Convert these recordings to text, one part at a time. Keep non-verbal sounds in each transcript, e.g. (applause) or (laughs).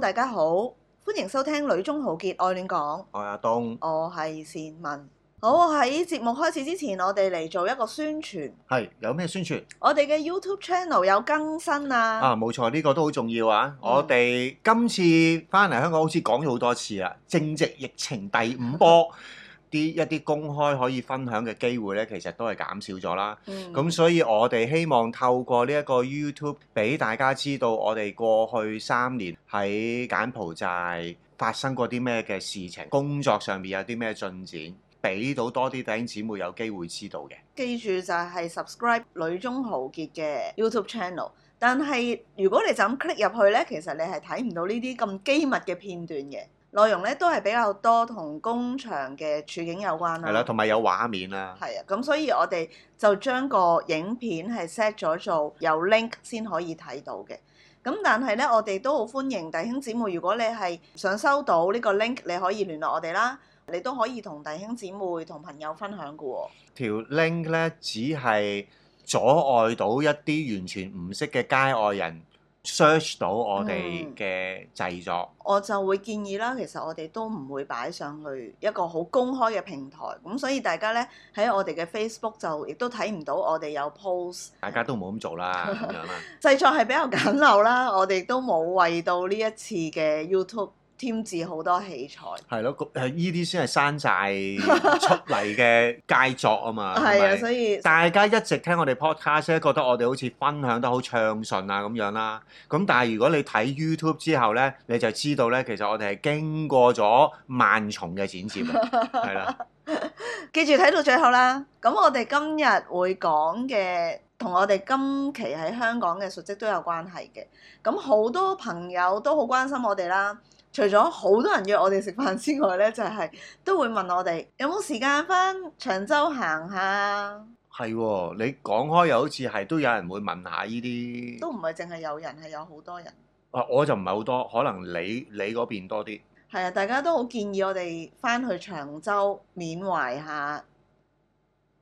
大家好，歡迎收聽《女中豪傑愛戀講》。我係阿東，我係善文。好，喺節目開始之前，我哋嚟做一個宣傳。係有咩宣傳我哋嘅 YouTube channel 有更新啊！啊？冇錯，呢、個都好重要啊！嗯我哋今次翻嚟香港，好似講咗好多次啦，正值疫情第五 (laughs) 波，啲一啲公開可以分享嘅機會呢，其實都係減少咗啦。嗯咁所以我哋希望透過呢一個 YouTube 俾大家知道我哋過去三年喺柬埔寨發生過啲咩嘅事情，工作上面有啲咩進展，俾到多啲弟兄姊妹有機會知道嘅。記住就係 subscribe 女中豪傑嘅 YouTube channel。但係如果你就咁 click 入去呢，其實你係睇唔到呢啲咁機密嘅片段嘅內容呢，都係比較多同工場嘅處境有關啦。係啦，同埋有畫面啦。係啊，咁所以我哋就將個影片係 set 咗做有 link 先可以睇到嘅。咁但係咧，我哋都好歡迎弟兄姊妹，如果你係想收到呢個 link，你可以聯絡我哋啦。你都可以同弟兄姊妹、同朋友分享嘅喎。條 link 咧只係阻礙到一啲完全唔識嘅街外人 search 到我嗯哋嘅製作，我就會建議啦，其實我哋都唔會擺上去一個好公開嘅平台，咁所以大家咧喺我哋嘅 Facebook 就亦都睇唔到我哋有 post。大家都唔好咁做啦，咁樣 (laughs) 啊啦。製作係比較簡陋啦， (laughs) 我哋都冇為到呢一次嘅 YouTube 添置好多器材。係咯，個誒依啲先係山寨出嚟嘅佳作啊 (laughs) 嘛。係啊，咪所以大家一直聽我哋 podcast 咧，覺得我哋好似分享得好暢順啊咁樣啦。咁但係如果你睇 YouTube 之後咧，你就知道咧，其實我哋係經過咗萬重嘅剪接啊，係啦。記住睇到最後啦。咁我哋今日會講嘅，同我哋今期喺香港嘅述職都有關係嘅。咁好多朋友都好關心我哋啦。除咗好多人約我哋食飯之外呢，就係、都會問我哋有冇時間翻長洲行下。係喎，你講開又好似係都有人會問下呢啲都，唔係淨係有人，係有好多人。啊我就唔係好多，可能你你嗰邊多啲，係啊，大家都好建議我哋翻去長洲緬懷下，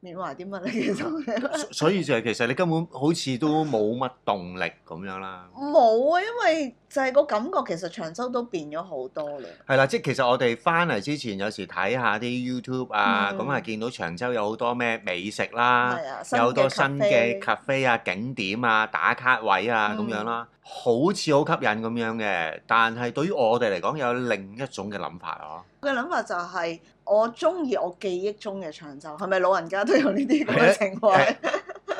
緬懷啲乜咧？ (laughs) 其實所所以就係其實你根本好似都冇乜動力咁樣啦。冇啊，因為就係個感覺，其實長洲都變咗好多啦。係啦，即係其實我哋翻嚟之前有時睇下啲 YouTube 啊，嗯咁係見到長洲有好多咩美食啦，係啊，有好多新嘅 cafe cafe 啊、景點啊、打卡位嗯啊咁樣啦，好似好吸引咁樣嘅。但係對於我哋嚟講，有另一種嘅諗法 (laughs) 啊。我嘅諗法就係、我中意我記憶中嘅長洲，係咪老人家都有呢啲咁係嘅啊情況？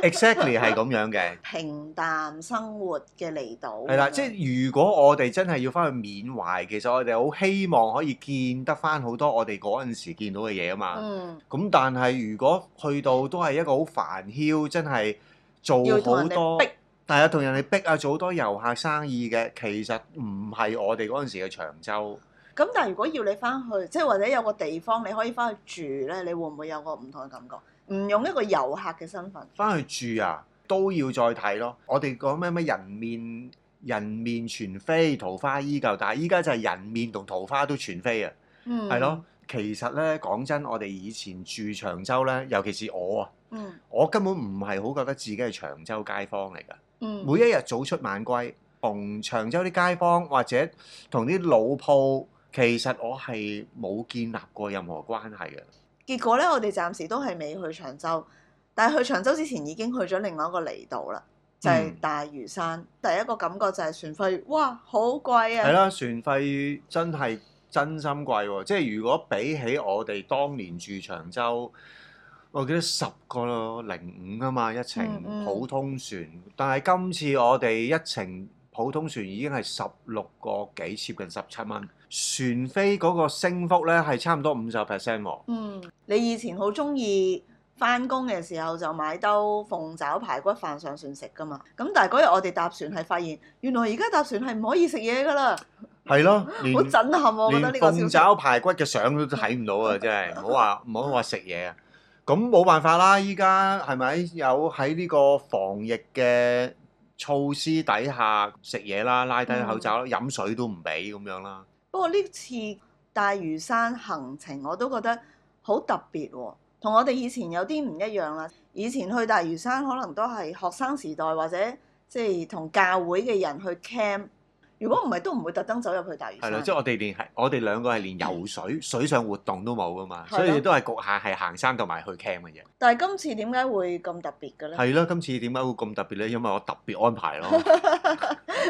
Exactly 係咁樣嘅。平淡生活嘅離島係啦，即係如果我哋真係要翻去緬懷，其實我哋好希望可以見得翻好多我哋嗰陣時見到嘅嘢啊嘛。嗯，咁、但係如果去到都係一個好煩囂，真係做要同好人哋多逼，係啊，同人哋逼啊，做好多遊客生意嘅，其實唔係我哋嗰陣時嘅長洲。咁但係如果要你翻去，即係或者有個地方你可以翻去住咧，你會唔會有個唔同嘅感覺？唔用一個遊客嘅身份，翻去住啊，都要再睇咯。我哋講咩咩人面人面全非，桃花依舊，但係依家就係人面同桃花都全非啊！嗯，係咯，，其實咧講真，我哋以前住長洲咧，尤其是我啊，嗯我根本唔係好覺得自己係長洲街坊嚟㗎。嗯，每一日早出晚歸，同長洲啲街坊或者同啲老鋪，其實我係冇建立過任何關係嘅。結果咧，我哋暫時都係未去長洲，但係去長洲之前已經去咗另外一個離島啦，就係、嗯大嶼山。第一個感覺就係船費，哇，好貴啊！係啦、船費真係真心貴喎、即係如果比起我哋當年住長洲。我記得十個零五啊嘛，一程嗯嗯普通船，但係今次我哋一程普通船已經係十六個幾，接近十七蚊。船飛嗰個升幅咧係差唔多五十 percent 喎。嗯，你以前好中意翻工嘅時候就買兜鳳爪排骨飯上船食噶嘛？咁但係嗰日我哋搭船係發現，原來而家搭船係唔可以食嘢噶啦，係咯，連好啊震撼我覺得連呢個消鳳息。爪排骨嘅相都睇唔到 (laughs) 啊！真係唔好話唔好話食嘢啊！咁冇辦法啦，依家係咪有喺呢個防疫嘅措施底下食嘢啦，拉低口罩啦，嗯飲水都唔俾咁樣啦。不過呢次大嶼山行程我都覺得好特別喎、同我哋以前有啲唔一樣啦。以前去大嶼山可能都係學生時代或者即係同教會嘅人去 camp，如果唔係都唔會特登走入去大嶼係山。啦，即係我哋連係我哋兩個係連 (laughs) 游水、水上活動都冇噶嘛，係咯所以都係局限係行山同埋去 camp 嘅啫。但係今次點解會咁特別嘅咧？係啦，今次點解會咁特別咧？因為我特別安排咯。 (laughs)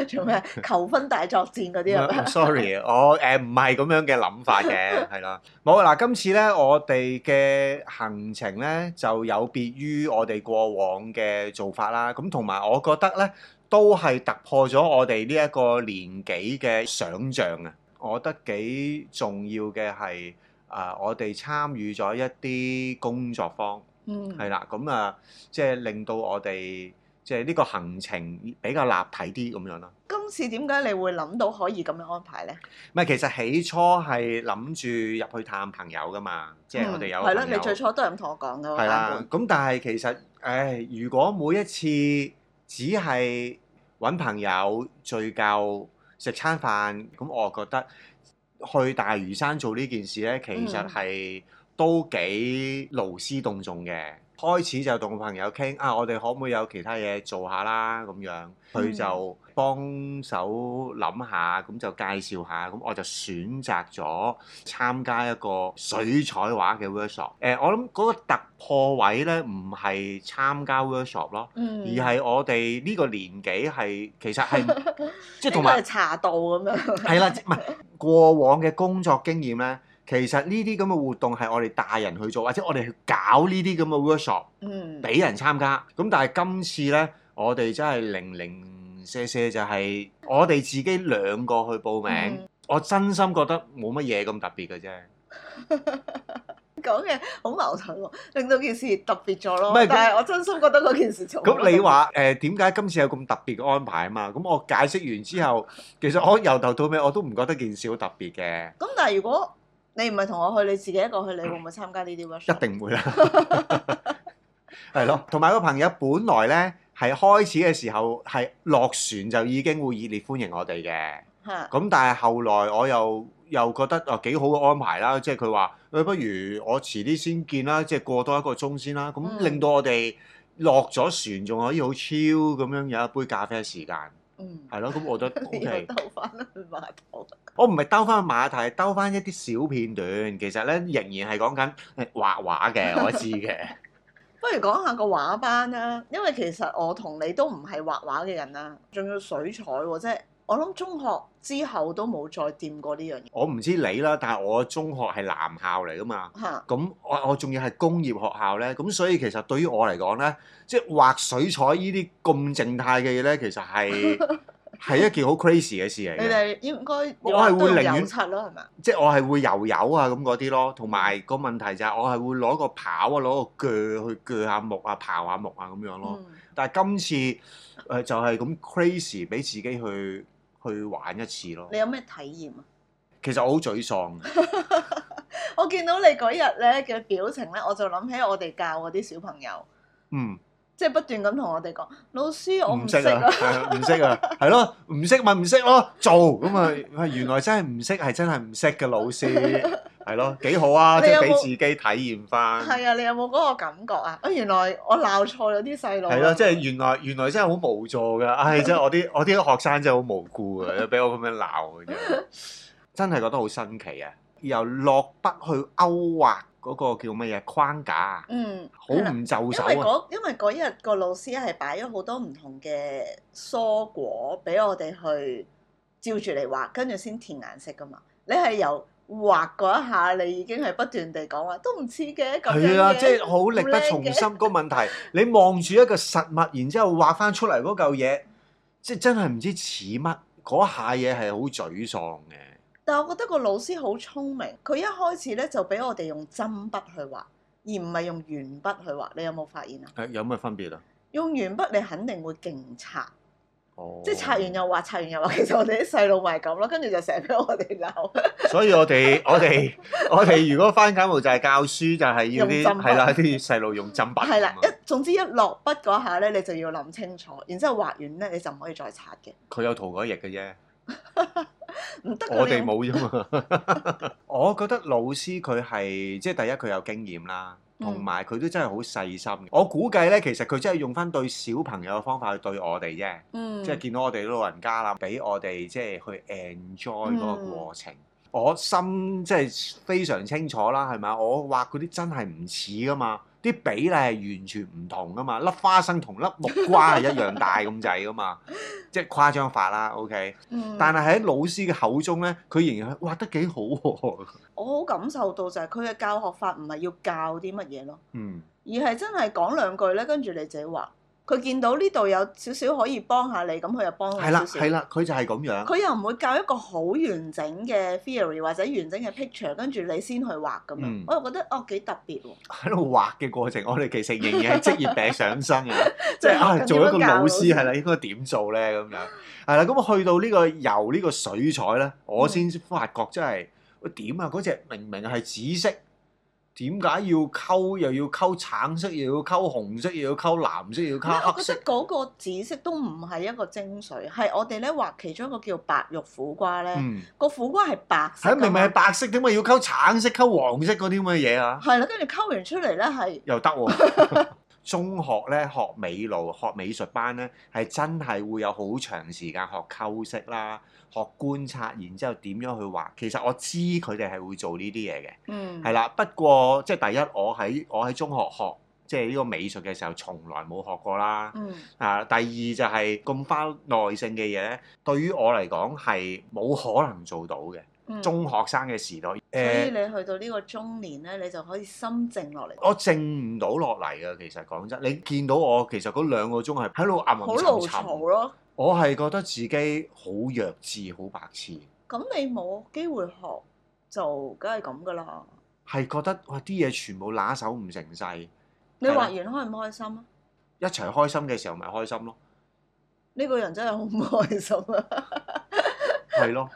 做 (laughs) 咩求婚大作戰嗰啲啊？唔係嗯 sorry，我誒唔係咁樣嘅諗法嘅，係啦，冇啊嗱，今次咧我哋嘅行程咧就有別於我哋過往嘅做法啦，咁同埋我覺得咧都係突破咗我哋呢一個年紀嘅想像啊，我覺得幾重要嘅係啊，我哋參與咗一啲工作坊。嗯，係啦，咁啊，即係令到我哋即係呢個行程比較立體啲咁樣啦。今次點解你會諗到可以咁樣安排咧？唔係，其實起初係諗住入去探朋友噶嘛，即係我哋有嗯朋係友咯，你最初都係咁同我講嘅。係啦版。咁但係其實，唉，如果每一次只係揾朋友聚舊食餐飯，咁我覺得去大嶼山做呢件事咧，其實嗯係都幾勞師動眾嘅。開始就同朋友傾啊，我哋可唔可以有其他嘢做下啦？咁樣佢嗯就幫手諗下，咁就介紹下，咁我就選擇咗參加一個水彩畫嘅 workshop。誒、我諗嗰個突破位咧，唔係參加 workshop 咯，本而係我哋呢個年紀係其實係即係應同該埋係茶道咁樣。係啦，即唔係過往嘅工作經驗咧。其實呢啲咁嘅活動係我哋大人去做，或者我哋去搞呢啲咁嘅 workshop 嗯，俾人參加。咁但係今次咧，我哋真係零零舍舍就係我哋自己兩個去報名。嗯我真心覺得冇乜嘢咁特別嘅啫。講嘅好矛盾喎，令到件事特別咗咯唔係咁。但係我真心覺得嗰件事就咁你話誒點解今次有咁特別嘅安排啊嘛？咁我解釋完之後，其實我由頭到尾我都唔覺得件事好特別嘅，咁，但係如果你唔係同我去，你自己一個去，你會唔會參加呢啲 workshop？一定唔會啦， (laughs) 係咯。同埋個朋友本來咧係開始嘅時候係落船就已經會熱烈歡迎我哋嘅，嚇。咁但係後來我又又覺得啊幾好嘅安排啦，即係佢話誒不如我遲啲先見啦，即係過多一個鐘先啦，咁嗯令到我哋落咗船仲可以好超咁樣有一杯咖啡時間。嗯，係咯，咁我 (laughs) 覺得你 OK 又。兜翻去碼頭。我唔係兜翻馬蹄，係兜翻一啲小片段。其實咧，仍然係講緊誒畫畫嘅，我知嘅。不如講下個畫班啦，因為其實我同你都唔係畫畫嘅人啦，仲要水彩喎，即係我諗中學之後都冇再掂過呢樣嘢我唔知你啦，但係我中學係男校嚟噶嘛。嚇。咁我我仲要係工業學校咧，咁所以其實對於我嚟講咧，即係畫水彩呢啲咁靜態嘅嘢咧，其實係 (laughs) 係一件好 crazy 嘅事嚟你嘅。哋應該我係會都用寧願油漆咯，係咪？即係我係會油油啊咁嗰啲咯，同埋嗯個問題就係我係會攞個刨啊，攞個鋸去鋸下木啊，刨下木啊咁樣咯。嗯但係今次誒、呃就係、咁 crazy 俾自己去去玩一次咯你。有咩體驗啊？其實我好沮喪嘅，我見到你嗰日咧嘅表情咧，我就諗起我哋教嗰啲小朋友，嗯，即係不斷咁同我哋講，老師我唔唔識識啊，啊。係啊唔識啊，係咯，唔識咪唔識咯，做咁啊，原來真係唔識係真係唔識嘅老師，(laughs) 係咯，幾好啊，你即有冇係俾自己體驗翻，係啊，你有冇嗰個感覺啊？啊，原來我鬧錯咗啲細路。係咯，即係原來原來真係好無助㗎，唉、 (laughs) 真係我啲我啲學生真係好無辜嘅，俾我咁樣鬧嘅啫，真係覺得好新奇啊！由落筆去勾畫嗰個叫乜嘢框架啊？嗯，好係啦唔就手因為啊！嗰因為嗰日個老師係擺咗好多唔同嘅蔬果俾我哋去照住嚟畫，跟住先填顏色噶嘛。你係由畫嗰一下，你已經係不斷地講話都唔似嘅咁樣係啊，嘅即係好力不唔靚從嘅心個問題。你望住一個實物，然之後畫翻出嚟嗰嚿嘢，即係真係唔知似乜。嗰下嘢係好沮喪嘅。但係我覺得個老師好聰明，佢一開始咧就俾我哋用針筆去畫，而唔係用鉛筆去畫。你有冇發現啊？誒有咩分別啊？用鉛筆你肯定會勁擦，哦即係擦完又畫，擦完又畫。其實我哋啲細路咪係咁咯，跟住就成日俾我哋鬧。 (laughs) (laughs) 所以我哋我哋我哋如果翻柬埔寨教書，就係要啲用針筆係啦，啲細路用針筆。啊係啦，一總之一落筆嗰下咧，你就要諗清楚，然之後畫完咧，你就唔可以再擦嘅，佢有塗改液嘅啫。唔得㗎我哋你冇啫嘛。我覺得老師佢係即係第一佢有經驗啦，同埋佢都真係好細心嘅。我估計呢，其實佢真係用翻對小朋友嘅方法去對我哋啫，嗯，即係見到我哋啲老人家啦，俾我哋即係去 enjoy 嗰個過程。我心即係非常清楚啦，係咪我畫嗰啲真係唔似噶嘛，啲比例係完全唔同噶嘛，粒花生同粒木瓜係一樣大咁滯噶嘛，即係誇張法啦。OK，嗯但係喺老師嘅口中呢，佢仍然係畫得幾好喎。我好感受到就係佢嘅教學法唔係要教啲乜嘢咯，嗯而係真係講兩句咧，跟住你自己畫。佢見到呢度有少少可以幫下你，咁佢就幫你係啦，哦少少。係啦，佢就係咁 (laughs) 樣。佢又唔會教一個好完整嘅 theory 或者完整嘅 picture，跟住你先去畫咁樣，嗯我又覺得哦幾特別喎，喺度畫嘅過程，我哋其實仍然係職業病上身 (laughs) 啊！即即係係啊，學緊做一個點樣教老老師師係啦，應該點做咧咁樣？係啦，咁我啊去到呢個油呢個水彩咧，我先發覺真係喂點啊！嗰只明明係紫色，點解要溝又要溝橙色，又要溝紅色，又要溝藍色，又要唔係溝黑我色覺？得嗰個紫色都唔係一個精髓，係我哋咧畫其中一個叫白玉苦瓜咧，嗯，個苦瓜係白色係㗎明明係嘛，白色，點解要溝橙色、溝黃色嗰啲咁嘅嘢啊？係啦，跟住溝完出嚟咧係又得喎。 (laughs) 中學咧學美勞、學美術班咧，係真係會有好長時間學構式啦、學觀察，然之後點樣去畫。其實我知佢哋係會做呢啲嘢嘅，嗯係啦。不過即係第一，我喺我喺中學學即係呢個美術嘅時候，從來冇學過啦。嗯啊，第二就係咁花耐性嘅嘢咧，對於我嚟講係冇可能做到嘅。嗯，中學生嘅時代，誒、所以你去到呢個中年咧，你就可以心靜落嚟，我靜唔到落嚟啊！其實講真，你見到我其實嗰兩個鐘係喺度暗好暗勞沉沉，嘈咯。我係覺得自己好弱智、好白痴，咁你冇機會學就梗係咁噶啦。係覺得哇啲嘢全部拿手唔成勢，你係畫啦完開唔開心啊？一齊開心嘅時候咪開心咯，呢個人真係好唔開心啊！係咯，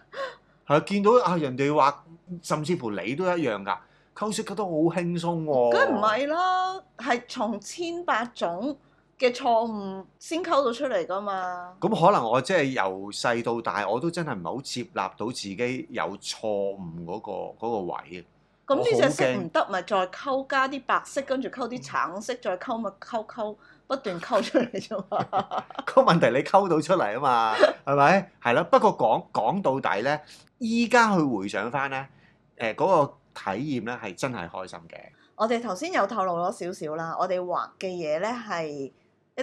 係啊見到啊人哋畫，甚至乎你都一樣㗎，溝識覺得好輕鬆喎、梗係唔係啦，係從千百種嘅錯誤先溝到出嚟噶嘛。咁可能我即係由細到大，我都真係唔係好接納到自己有錯誤嗰、個嗰、個位啊。咁呢隻我好色驚唔得，咪再溝加啲白色，跟住溝啲橙色，再溝咪溝溝，不斷溝出嚟啫嘛。 (laughs) 個問題你溝到出嚟啊嘛，係咪？係啦。不過講講到底咧，依家去回想翻咧，誒、嗰、個體驗咧係真係開心嘅。我哋頭先有透露咗少少啦，我哋畫嘅嘢咧係一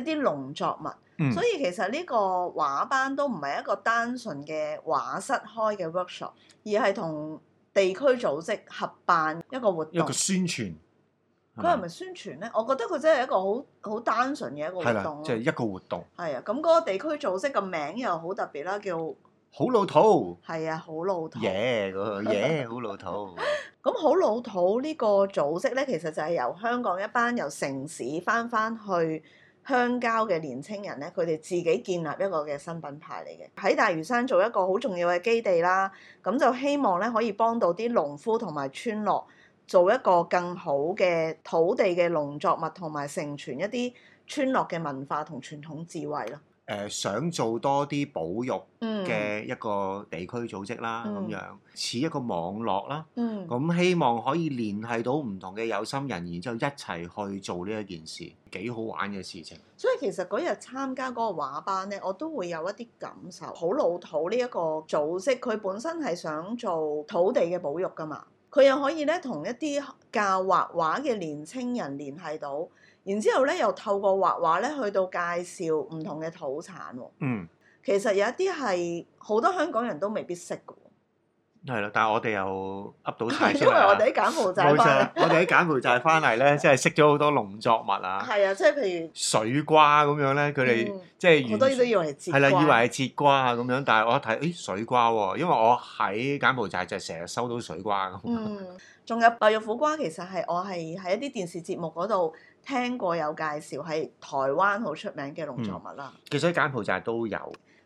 啲農作物。嗯所以其實呢個畫班都唔係一個單純嘅畫室開嘅 workshop，而係同地區組織合辦一個活一動個。宣傳，佢係嘛咪宣傳呢？我覺得佢真係一個好好單純嘅一個係活啦，動即係咯。一個活動，係啊，咁嗰個地區組織嘅名又好特別啦，叫好老土，係啊，好老土。嘢嗰個嘢好老土，咁好老土呢個組織呢，其實就係由香港一班由城市翻翻去鄉郊嘅年青人呢，佢哋自己建立一個嘅新品牌嚟嘅，喺大嶼山做一個好重要嘅基地啦。咁就希望呢，可以幫到啲農夫同埋村落做一個更好嘅土地嘅農作物，同埋承傳一啲村落嘅文化同傳統智慧咯。誒、想做多啲保育嗯，嘅一個地區組織啦，咁、嗯樣似一個網絡啦。嗯，咁希望可以聯繫到唔同嘅有心人，然之後一齊去做呢一件事，幾好玩嘅事情。所以其實嗰日參加嗰個畫班呢，我都會有一啲感受。好老土呢一個組織，佢本身係想做土地嘅保育㗎嘛，佢又可以呢同一啲教畫畫嘅年青人聯繫到，然之後呢又透過畫畫呢去到介紹唔同嘅土產喎。嗯，其實有一啲係好多香港人都未必識㗎係啦，但係我哋又噏到喎，係晒出因為嚟啦我哋喺柬埔寨冇翻錯，我哋喺柬埔寨翻嚟 (laughs) 咧，即係識咗好多農作物嚟，啊、係啊，即係譬水瓜咁樣咧，佢哋嗯即係如好多嘢都以為係節係啦，以為瓜係節瓜啊咁樣，但係我一睇，誒水瓜喎，因為我喺柬埔寨就成日收到水瓜咁。嗯，仲有白玉苦瓜，其實係我係喺一啲電視節目嗰度嗯聽過有介紹，係台灣好出名嘅農作物啦。其實喺柬埔寨都有，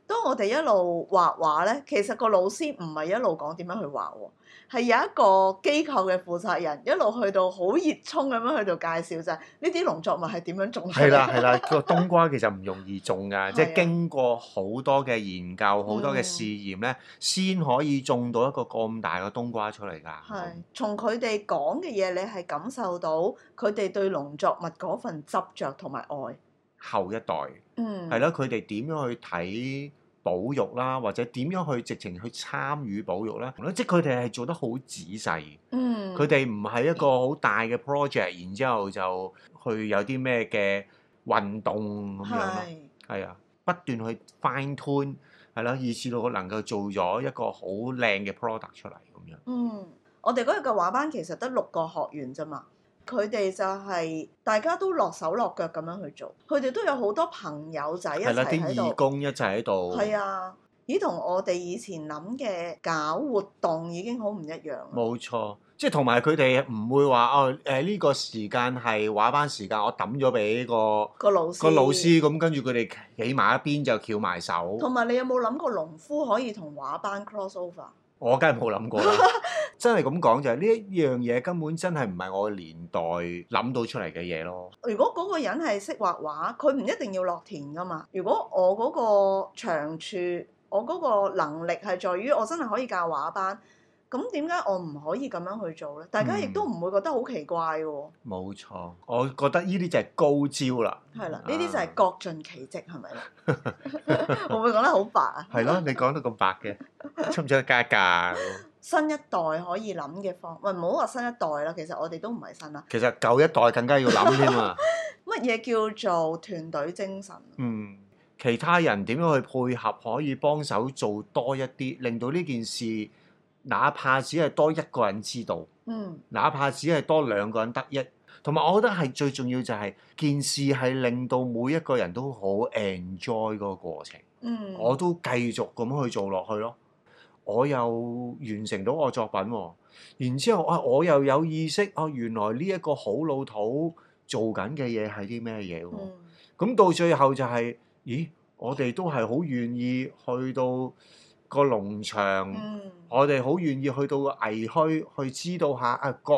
當我哋一路畫畫咧，其實個老師唔係一路講點樣去畫喎，係有一個機構嘅負責人一路去到好熱衷咁樣去到介紹就係呢啲農作物係點樣種出嚟係 (laughs) 啦係啦，個冬瓜其實唔容易種㗎，即係啊係經過好多嘅研究、好多嘅嗯試驗咧，先可以種到一個咁大嘅冬瓜出嚟㗎。係，從佢哋講嘅嘢，你係感受到佢哋對農作物嗰份執着同埋愛。後一代嗯，係，啦，佢哋點樣去睇保育啦，或者點樣去直情去參與保育啦，即係佢哋係做得好仔細。嗯，佢哋唔係一個好大嘅 project，然之後就去有啲咩嘅運動咁樣咯。係係啊，不斷去 fine tune 係啦，以至到我能夠做咗一個好靚嘅 product 出嚟咁樣。嗯，我哋嗰日嘅畫班其實得六個學員啫嘛，佢哋就係大家都落手落腳咁樣去做，佢哋都有好多朋友仔一係啦，齊啲喺義度，工一齊喺度，係啊，咦，同我哋以前諗嘅搞活動已經好唔一樣啦。冇錯，即係同埋佢哋唔會話哦誒呢個時間係畫班時間，我抌咗俾個個老師，個老，師咁，跟住佢哋企埋一邊就翹埋手。同埋你有冇諗過農夫可以同畫班 cross over？我梗係冇諗過啦，真係咁講就係呢一樣嘢根本真係唔係我年代諗到出嚟嘅嘢咯。如果嗰個人係識畫畫，佢唔一定要落田噶嘛。如果我嗰個長處，我嗰個能力係在於我真係可以教畫班，咁點解我唔可以咁樣去做呢？大嗯家亦都唔會覺得好奇怪喎。冇錯，我覺得呢啲就係高招啦。係啦，呢啲就啊係各盡其職，係咪 (laughs) 咧？會唔會講得好白啊？係咯，你講得咁白嘅，出唔出得加價？新一代可以諗嘅方，喂唔好話新一代啦，其實我哋都唔係新啦。啊其實舊一代更加要諗添啊。乜嘢叫做團隊精神？啊嗯，其他人點樣去配合，可以幫手做多一啲，令到呢件事，哪怕只係多一個人知道，嗯哪怕只係多兩個人得益。同埋，我覺得係最重要就係件事係令到每一個人都好 enjoy 嗰個過程。嗯，我都繼續咁去做落去咯。我又完成到我作品喎、然之後啊，我又有意識啊，原來呢一個好老土做緊嘅嘢係啲咩嘢喎？咁、嗯到最後就係、咦，我哋都係好願意去到個農場，嗯我哋好願意去到個危墟去知道下啊各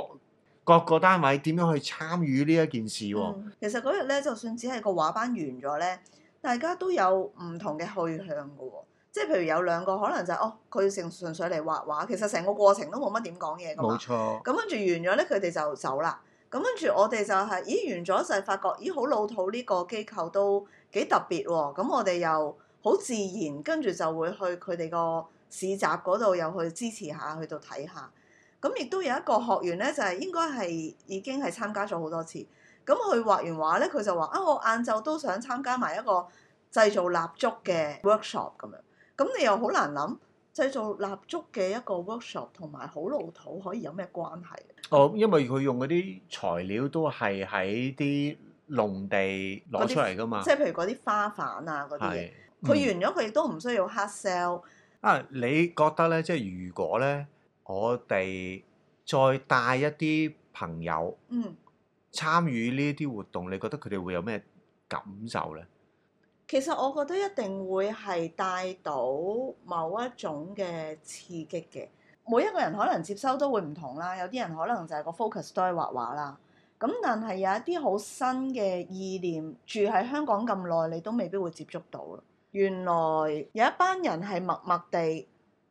各個單位點樣去參與呢一件事喎、嗯其實嗰日咧，就算只係個畫班完咗咧，大家都有唔同嘅去向嘅喎。即係譬如有兩個可能就係、哦，佢成純粹嚟畫畫，其實成個過程都冇乜點講嘢㗎冇嘛。錯，咁跟住完咗咧，佢哋就走啦。咁跟住我哋就係、咦完咗就係發覺，咦好老土呢個機構都幾特別喎、咁我哋又好自然，跟住就會去佢哋個市集嗰度又去支持下，去到睇下。咁亦都有一個學員咧，就係、應該係已經係參加咗好多次。咁佢畫完畫咧，佢就話啊，我晏晝都想參加埋一個製造蠟燭嘅 workshop 咁樣。咁你又好難諗製造蠟燭嘅一個 workshop 同埋好老土可以有咩關係？哦，因為佢用嗰啲材料都係喺啲農地攞出嚟噶嘛即，係譬如嗰啲花瓣啊嗰啲嘢，啊係。佢嗯完咗佢亦都唔需要 hard sell。啊，你覺得咧，即係如果咧，我哋再帶一啲朋友嗯，參與呢啲活動，你覺得佢哋會有咩感受咧？其實我覺得一定會係帶到某一種嘅刺激嘅。每一個人可能接收都會唔同啦，有啲人可能就係個 focus 都係畫畫啦。咁但係有一啲好新嘅意念，住喺香港咁耐，你都未必會接觸到啦。原來有一班人係默默地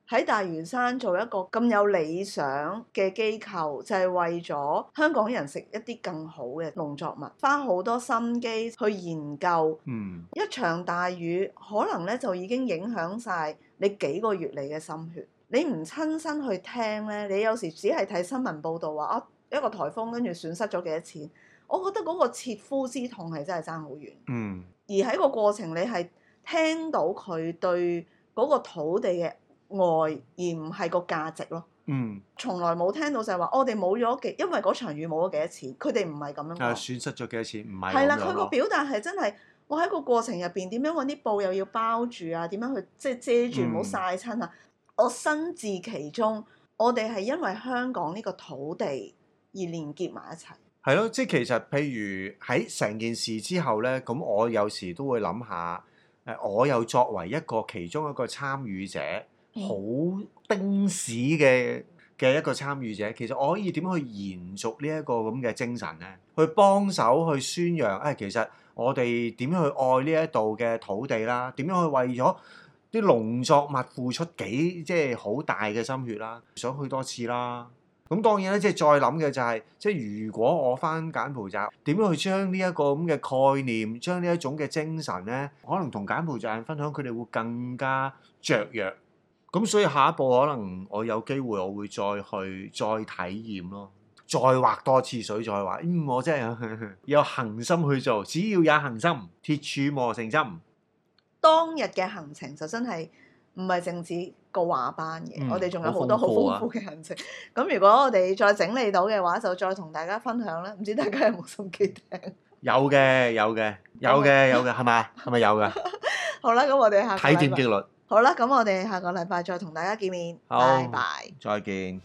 喺大嶼山做一個咁有理想嘅機構，就係、為咗香港人食一啲更好嘅農作物，花好多心機去研究。嗯，一場大雨可能咧就已經影響晒你幾個月嚟嘅心血。你唔親身去聽咧，你有時只係睇新聞報道話啊一個颱風跟住損失咗幾多錢，我覺得嗰個切膚之痛係真係爭好遠。嗯，而喺個過程，你係聽到佢對嗰個土地嘅愛，而唔係個價值咯。嗯，從來冇聽到就係話我哋冇咗幾，因為嗰場雨冇咗幾多錢，佢哋唔係咁樣啊，講。損失咗幾多錢？唔係哦係啦，咁樣佢個咯表達係真係，我喺個過程入邊點樣揾啲布又要包住啊，點樣去即係遮住唔好嗯曬親啊！我身置其中，我哋係因為香港呢個土地而連結埋一齊。係咯，即係其實譬如喺成件事之後咧，咁我有時都會諗下，誒、誒，我又作為一個其中一個參與者，嗯好丁屎嘅嘅一個參與者，其實我可以點去延續呢一個咁嘅精神呢？去幫手去宣揚，誒、其實我哋點樣去愛呢一度嘅土地啦，點樣去為咗啲農作物付出幾即係好大嘅心血啦，想去多次啦。咁當然咧，即係再諗嘅就係、即係如果我翻柬埔寨，點樣去將呢一個咁嘅概念，將呢一種嘅精神咧，可能同柬埔寨人分享，佢哋會更加雀躍。咁所以下一步可能我有機會，我會再去再體驗咯，再畫多次水，再畫。嗯，我真係有 (laughs) 恒心去做，只要有恒心，鐵柱磨成針。 (laughs) 當日嘅行程就真係唔係淨止個話班嘅，嗯我哋仲有好好多好豐富啊豐富嘅行程。咁如果我哋再整理到嘅話，就再同大家分享啦。唔知大家有冇心機聽？有嘅，有嘅，有嘅，有嘅，係咪？係咪有嘅？好啦，咁我哋下個睇禮見拜機率，好啦，咁我哋下個禮拜再同大家見面。好拜拜。再見。